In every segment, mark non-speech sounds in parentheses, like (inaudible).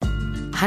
How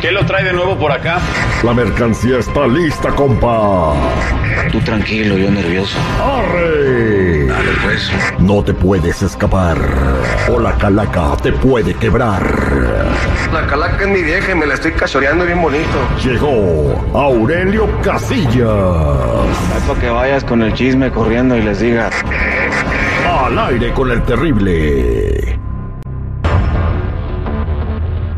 ¿Qué lo trae de nuevo por acá? La mercancía está lista, compa. Tú tranquilo, yo nervioso. ¡Arre! Dale pues. No te puedes escapar. O la calaca te puede quebrar. La calaca es mi vieja y me la estoy cachoreando bien bonito. Llegó Aurelio Casillas. Para que vayas con el chisme corriendo y les digas. Al aire con el terrible.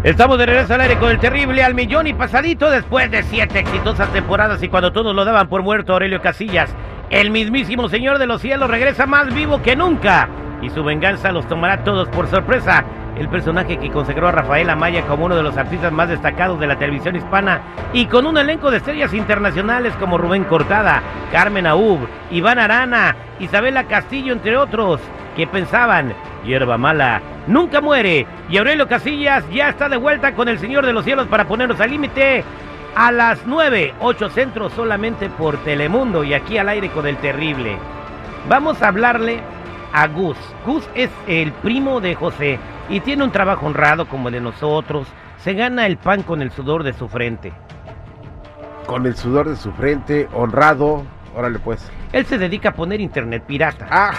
Estamos de regreso al aire con el terrible al millón y pasadito después de siete exitosas temporadas y cuando todos lo daban por muerto Aurelio Casillas, el mismísimo Señor de los Cielos regresa más vivo que nunca y su venganza los tomará a todos por sorpresa. El personaje que consagró a Rafael Amaya como uno de los artistas más destacados de la televisión hispana y con un elenco de estrellas internacionales como Rubén Cortada, Carmen Aub, Iván Arana, Isabela Castillo, entre otros, que pensaban hierba mala nunca muere. Y Aurelio Casillas ya está de vuelta con el Señor de los Cielos para ponernos al límite a las 9, 8 centros solamente por Telemundo y aquí al aire con el terrible. Vamos a hablarle a Gus. Gus es el primo de José y tiene un trabajo honrado como el de nosotros. Se gana el pan con el sudor de su frente. Con el sudor de su frente, honrado. Órale pues. Él se dedica a poner internet pirata. Ah,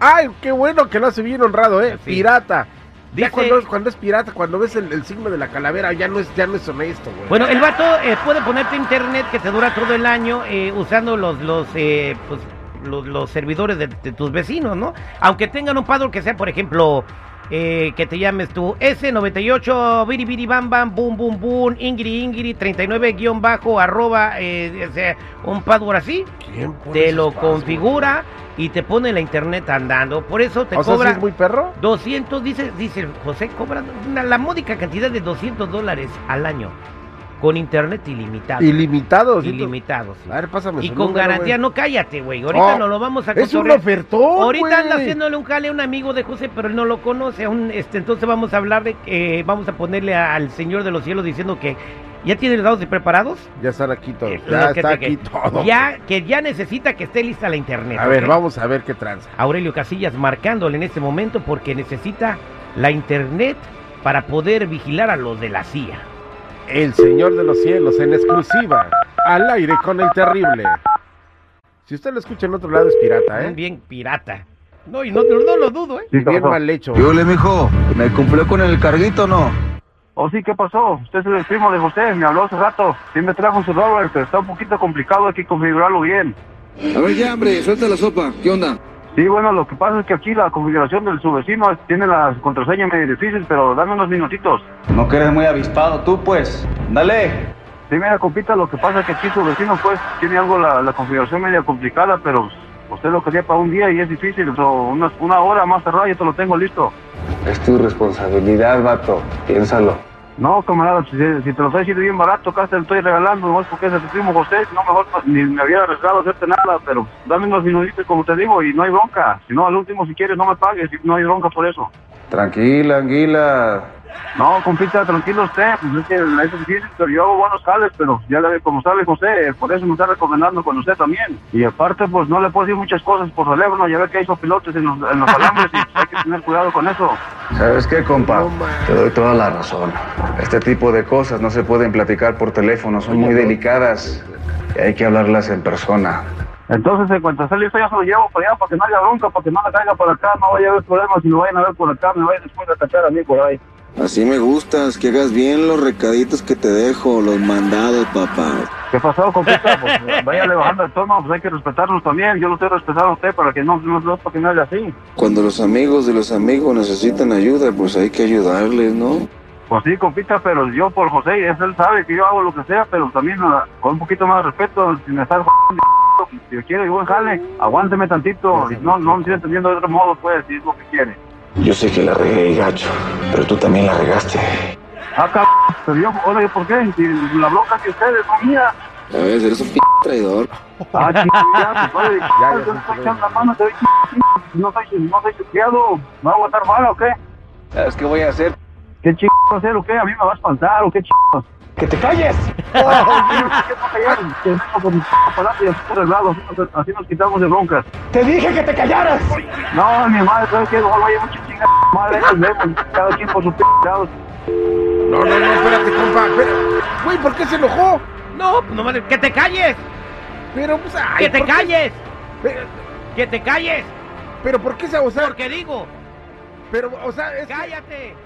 ¡Ay, qué bueno que lo hace bien honrado, eh! Sí. Pirata. Ya Dice- cuando, es, cuando es pirata, cuando ves el, el signo de la calavera, ya no es, ya no es honesto, güey. Bueno, el vato eh, puede ponerte internet que te dura todo el año eh, usando los los eh, pues, los, los servidores de, de tus vecinos, ¿no? Aunque tengan un paddle que sea, por ejemplo, eh, que te llames tú S98 biri biri bam bam boom boom boom ingri ingri 39 guión bajo arroba eh, o sea, un paddle así ¿Quién pone te esos lo pasos, configura y te pone la internet andando. Por eso te güey? O sea, cobra ¿sí es muy perro? 200, dice, dice José, cobra una- la módica cantidad de 200 dólares al año con internet ilimitado. Ilimitado. ¿sí? Ilimitado, sí. A ver, pásame Y su Ah, con pues número, garantía, güey. no cállate, güey. Ahorita Oh, no lo vamos a Es un cotorrear. ofertón, Ahorita güey. anda haciéndole un jale a un amigo de José, pero él no lo conoce. aún, este, entonces vamos a hablar de que eh, vamos a ponerle a- al Señor de los Cielos diciendo que ya tiene los dados de preparados. Ya están aquí todos. Eh, Ya lo que está te- aquí que- todo. Ya, que ya necesita que esté lista la internet. A ver, ¿ok? vamos a ver qué tranza. Aurelio Casillas marcándole en este momento porque necesita la internet para poder vigilar a los de la CIA. El Señor de los Cielos en exclusiva, al aire con el terrible. Si usted lo escucha en otro lado es pirata, Un ¿eh? bien pirata. No, y no, no lo dudo, ¿eh? Bien mal hecho. Yo le mijo, ¿me cumplió con el carguito o no? Oh, sí, ¿qué pasó? Usted es el primo de José, me habló hace rato. Sí me trajo su rover, pero está un poquito complicado, hay que configurarlo bien. A ver ya, hombre, suelta la sopa. ¿Qué onda? Sí, bueno, lo que pasa es que aquí la configuración de su vecino tiene la contraseña medio difícil, pero dame unos minutitos. No que eres muy avispado tú, pues. Dale. Sí, mira, compita, lo que pasa es que aquí su vecino, pues, tiene algo la, la configuración media complicada, pero usted lo quería para un día y es difícil, o unas- una hora más tardar yo te lo tengo listo. Es tu responsabilidad, vato. Piénsalo. No, camarada, si, si te lo estoy diciendo bien barato, casi te lo estoy regalando, no es porque es de tu primo José, si no mejor pues, ni me hubiera arriesgado a hacerte nada, pero dame unos minutitos como te digo y no hay bronca. Si no, al último si quieres no me pagues, y no hay bronca por eso. Tranquila, anguila. No, compita, tranquilo usted, pues es que es difícil, pero yo hago buenos jales, pero ya le, como sabe José, eh, por eso me está recomendando con usted también. Y aparte, pues no le puedo decir muchas cosas por teléfono, ya ve que hay sopilotes en los, en los alambres y pues, hay que tener cuidado con eso. ¿Sabes qué, compa? No, man. Te doy toda la razón. Este tipo de cosas no se pueden platicar por teléfono, son muy delicadas. Y hay que hablarlas en persona. Entonces, en cuanto sale eso, ya se lo llevo para allá para que no haya bronca, para que no la caiga para acá, no vaya a haber problemas. Si lo vayan a ver por acá, me vayan después a cachar a mí por ahí. Así me gustas, que hagas bien los recaditos que te dejo, los mandados, papá. ¿Qué pasó, compita? Pues váyale bajando el tono, pues hay que respetarnos también. Yo lo estoy respetando a usted para que no, no, no, para que no haya así. Cuando los amigos de los amigos necesitan ayuda, pues hay que ayudarles, ¿no? Pues sí, compita, pero yo por José, es él sabe que yo hago lo que sea, pero también ah, con un poquito más de respeto, sin estar jodiendo. Si yo quiero, yo jale, aguánteme tantito. y No, no me estoy entendiendo de otro modo, pues, si es lo que quiere. Yo sé que la regué, gacho, pero tú también la regaste. Acá, pero yo, oye, ¿por qué? Si la bronca que ustedes no mía. A ver, eres un p traidor. (laughs) Ah, chingada, pues, oye, Ya, ya, yo sí, estoy sí, echando la mano, te doy chingada, no soy, no soy chuqueado, ¿me voy a aguantar mal o qué? ¿Sabes qué voy a hacer? ¿Qué chingados hacer o qué? ¿A mí me va a espantar o qué chingados? ¡Que te (laughs) calles! Que vengo con mi p- aparato y así por el lado, así nos- así nos quitamos de broncas. ¡Te dije que te callaras! No, mi madre, ¿sabes qué? No, vaya mucha chingada, madre, nos vemos, cada quien por su p- lado. No, no, no, espérate, compa. espera. Güey, ¿por qué se enojó? No, pues nomás de- que te calles, Pero, pues, ay, que te ¿por qué? Eh. calles, Pero, que te calles, pero ¿por qué se, o sea, porque digo, pero, o sea, es que- cállate.